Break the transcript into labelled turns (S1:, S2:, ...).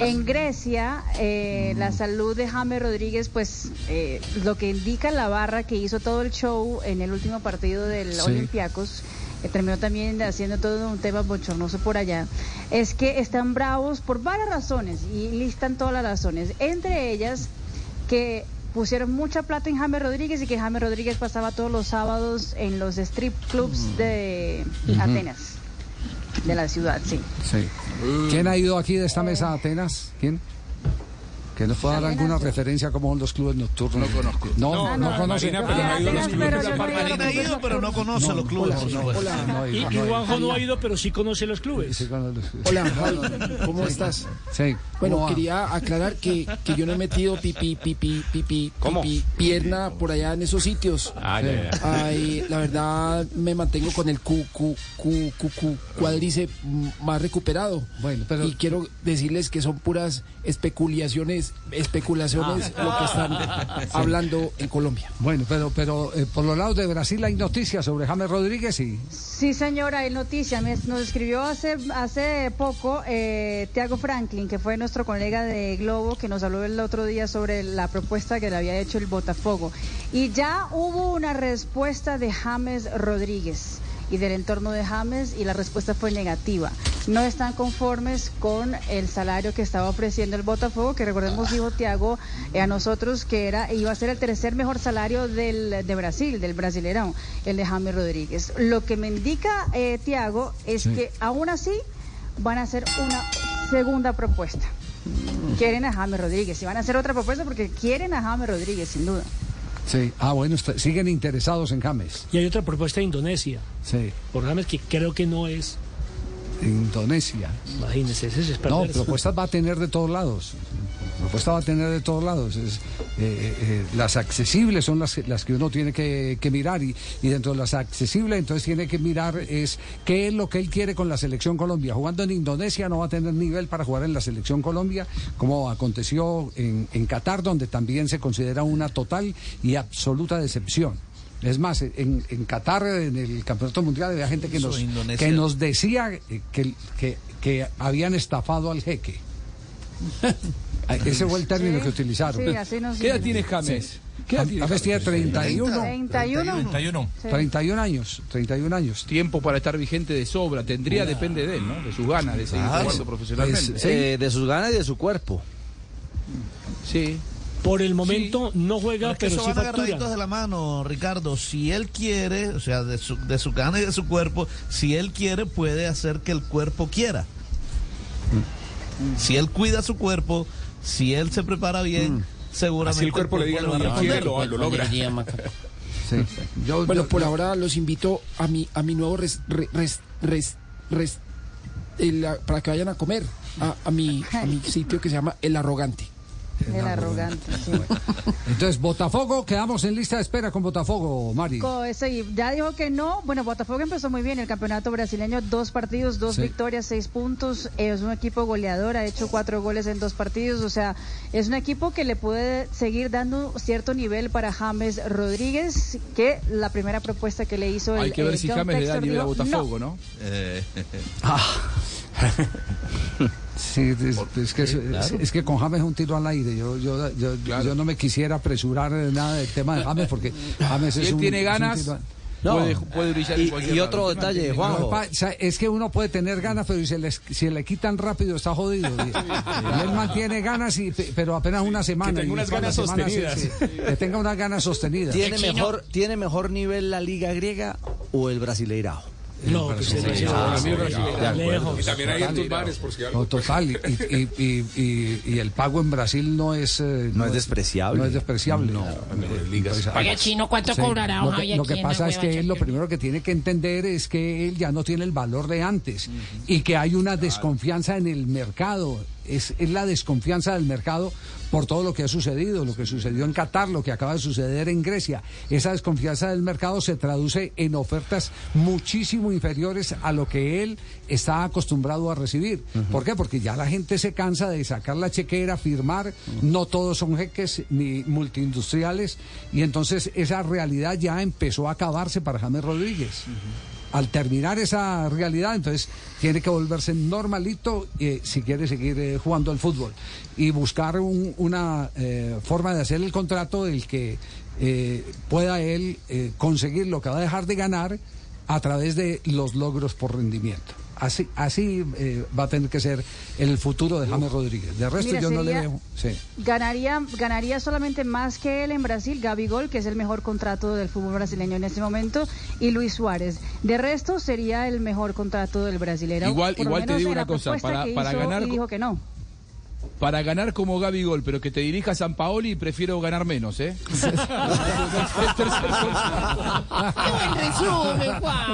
S1: En Grecia, eh,
S2: Mm.
S1: la salud de James Rodríguez, pues eh, lo que indica la barra que hizo todo el show en el último partido del
S2: Sí.
S1: Olympiacos, que terminó también haciendo todo un tema bochornoso por allá, es que están bravos por varias razones y listan todas las razones. Entre ellas, que pusieron mucha plata en James Rodríguez y que James Rodríguez pasaba todos los sábados en los strip clubs de
S2: Mm. Ujú.
S1: Atenas, de la ciudad, sí.
S2: Sí. ¿Quién ha ido aquí de esta mesa a Atenas? ¿Quién? ¿Que nos pueda dar alguna referencia a cómo son los clubes nocturnos? No conozco. No, no, conoce.
S3: Marina, pero no ha ido a los
S1: Atenas, pero yo
S3: clubes.
S1: no he ido.
S3: Marina ha ido, pero no conoce los clubes.
S2: Hola,
S3: No,
S2: hola, no ha
S4: Y,
S2: ido,
S4: y
S2: no ha ido.
S4: Juanjo no ha ido, pero sí conoce los
S2: Sí,
S4: clubes.
S2: con los-
S5: Hola, Javi, ¿cómo estás?
S2: Sí. ¿cómo
S5: Bueno,
S2: va?
S5: quería aclarar que, que yo no he metido pipí, pipí, pipí, pipí, pierna por allá en esos sitios.
S2: Ah,
S5: Ay, la verdad me mantengo con el cu, cu, cu, cu, cu, cuádriceps más recuperado.
S2: Bueno, pero-
S5: Y quiero decirles que son puras especulaciones, especulaciones
S2: Ah.
S5: lo que están hablando en Colombia.
S2: Bueno, pero, pero eh, por los lados de Brasil hay noticias sobre James Rodríguez y
S1: Sí, señora, hay noticia. Me- Nos escribió hace, hace poco eh, Tiago Franklin, que fue nuestro colega de Globo, que nos habló el otro día sobre la propuesta que le había hecho el Botafogo. Y ya hubo una respuesta de James Rodríguez y del entorno de James y la respuesta fue negativa. No están conformes con el salario que estaba ofreciendo el Botafogo, que recordemos dijo Tiago eh, a nosotros que era iba a ser el tercer mejor salario del, de Brasil, del brasilerón, el de James Rodríguez. Lo que me indica eh, Tiago es
S2: Sí.
S1: que aún así van a hacer una segunda propuesta. Quieren a James Rodríguez y van a hacer otra propuesta porque quieren a James Rodríguez, sin duda.
S2: sí. Ah, bueno, está- siguen interesados en James.
S4: Y hay otra propuesta de Indonesia,
S2: Sí.
S4: por James, que creo que no es.
S2: Indonesia.
S4: Imagínense, ese es
S2: No,
S4: perverso.
S2: propuestas va a tener de todos lados. Propuestas va a tener de todos lados. Es, eh, eh, eh, las accesibles son las, que- las que uno tiene que, que mirar y, y dentro de las accesibles entonces tiene que mirar es qué es lo que él quiere con la selección Colombia. Jugando en Indonesia no va a tener nivel para jugar en la selección Colombia como aconteció en, en Qatar donde también se considera una total y absoluta decepción. Es más, en, en Qatar, en el Campeonato Mundial, había gente que
S3: Eso,
S2: nos, Pues,
S3: Indonesia.
S2: que nos decía eh, que, que- que habían estafado al jeque. Ese fue el término
S1: Sí,
S2: que utilizaron.
S1: sí, así nos
S6: pues, ¿Qué edad
S1: dicen.
S6: tiene James? ¿Qué edad tiene
S2: La vez
S6: James?
S2: tiene 31,
S1: 31.
S3: 31.
S1: Sí.
S2: 31 años, 31 años.
S6: Tiempo para estar vigente de sobra. Tendría, depende de él, ¿no? De sus ganas de seguir
S3: Claro.
S6: jugando profesionalmente.
S2: Pues,
S7: Eh, de sus ganas y de su cuerpo.
S6: sí.
S4: Por el momento no juega,
S3: Pero es que
S4: pero,
S3: eso
S4: sí
S3: van agarraditos de
S4: factura.
S3: la mano, Ricardo. Si él quiere, o sea, de su, de su gana y de su cuerpo, si él quiere, puede hacer que el cuerpo quiera. Si él cuida su cuerpo, si él se prepara bien,
S7: Mm.
S3: seguramente.
S6: Así el cuerpo le diga lo
S3: va a
S6: que quiere,
S3: responder.
S6: lo, lo logra.
S2: Sí. Yo-
S5: Bueno,
S2: yo-
S5: por ahora los invito a mi, a mi nuevo res, re- res- res- res- el, ah, para que vayan a comer a, a mi, a mi sitio que se llama El Arrogante.
S1: El arrogante, sí.
S2: Entonces, Botafogo, quedamos en lista de espera con Botafogo, Mari.
S1: Co- eso, y ya dijo que no. Bueno, Botafogo empezó muy bien el campeonato brasileño. Dos partidos, dos
S2: Sí.
S1: victorias, seis puntos. Es un equipo goleador, ha hecho cuatro goles en dos partidos. O sea, es un equipo que le puede seguir dando cierto nivel para James Rodríguez, que la primera propuesta que le hizo el
S6: Hay que ver
S1: el
S6: si
S1: John
S6: James le da
S1: Textor
S6: nivel a
S1: dijo,
S6: Botafogo, ¿no?
S3: Eh,
S2: Sí, es, es que, es, es que con James es un tiro al aire. Yo, yo, yo, yo no me quisiera apresurar en nada del tema de James porque James
S6: Si
S2: es
S6: él
S2: un,
S6: tiene
S2: es un
S6: ganas,
S2: tiro al-
S6: puede, puede brillar en
S7: Y,
S6: cualquier
S7: y
S6: lado.
S7: otro
S6: No
S7: detalle,
S6: tiene-
S2: Lo que
S7: Juanjo.
S2: pa- o sea, es que uno puede tener ganas, pero si se les- si le quitan rápido está jodido. Y, y él mantiene ganas, y, pe- pero apenas una semana.
S6: tenga
S2: y
S6: unas
S2: cada
S6: ganas
S2: semana se-
S6: sostenidas.
S2: se- que tenga unas ganas sostenidas.
S7: ¿Tiene mejor, ¿Tiene mejor nivel la liga griega o el brasileirao?
S4: No, pues el brasileño. Lejos.
S2: No, total, y, y- y- y- y el pago en Brasil no es... eh,
S7: No es despreciable.
S2: No es despreciable. Entonces,
S8: Oye, chino, ¿cuánto
S2: Sí.
S8: cobrará
S2: Lo
S8: un
S2: que-
S8: Javier
S2: Lo que
S8: aquí en la
S2: pasa es
S8: hueva
S2: que él lo
S8: Champions?
S2: primero que tiene que entender es que él ya no tiene el valor de antes y que hay una desconfianza en el mercado. Es, es la desconfianza del mercado por todo lo que ha sucedido, lo que sucedió en Qatar, lo que acaba de suceder en Grecia. Esa desconfianza del mercado se traduce en ofertas muchísimo inferiores a lo que él está acostumbrado a recibir. ¿Por qué? Porque ya la gente se cansa de sacar la chequera, firmar, no todos son jeques ni multiindustriales, y entonces esa realidad ya empezó a acabarse para James Rodríguez. al terminar esa realidad, entonces tiene que volverse normalito eh, si quiere seguir eh, jugando al fútbol y buscar un- una eh, forma de hacer el contrato del que eh, pueda él eh, conseguir lo que va a dejar de ganar a través de los logros por rendimiento. Así, así eh, va a tener que ser el futuro de James Rodríguez. De resto
S1: Mira,
S2: yo no le
S1: sería-
S2: veo. Sí.
S1: Ganaría, ganaría solamente más que él en Brasil, Gabigol, que es el mejor contrato del fútbol brasileño en este momento, y Luis Suárez. De resto, sería el mejor contrato del brasileño.
S6: Igual-
S1: Por lo
S6: igual te
S1: menos
S6: digo
S1: en la
S6: una cosa,
S1: propuesta
S6: para-
S1: que
S6: para
S1: hizo
S6: ganar
S1: Y dijo que no.
S6: Para ganar como Gaby Gol, pero que te dirija San Paoli, prefiero ganar menos, ¿eh? Es tercer contrato.
S8: ¡Qué buen resumen, Juan!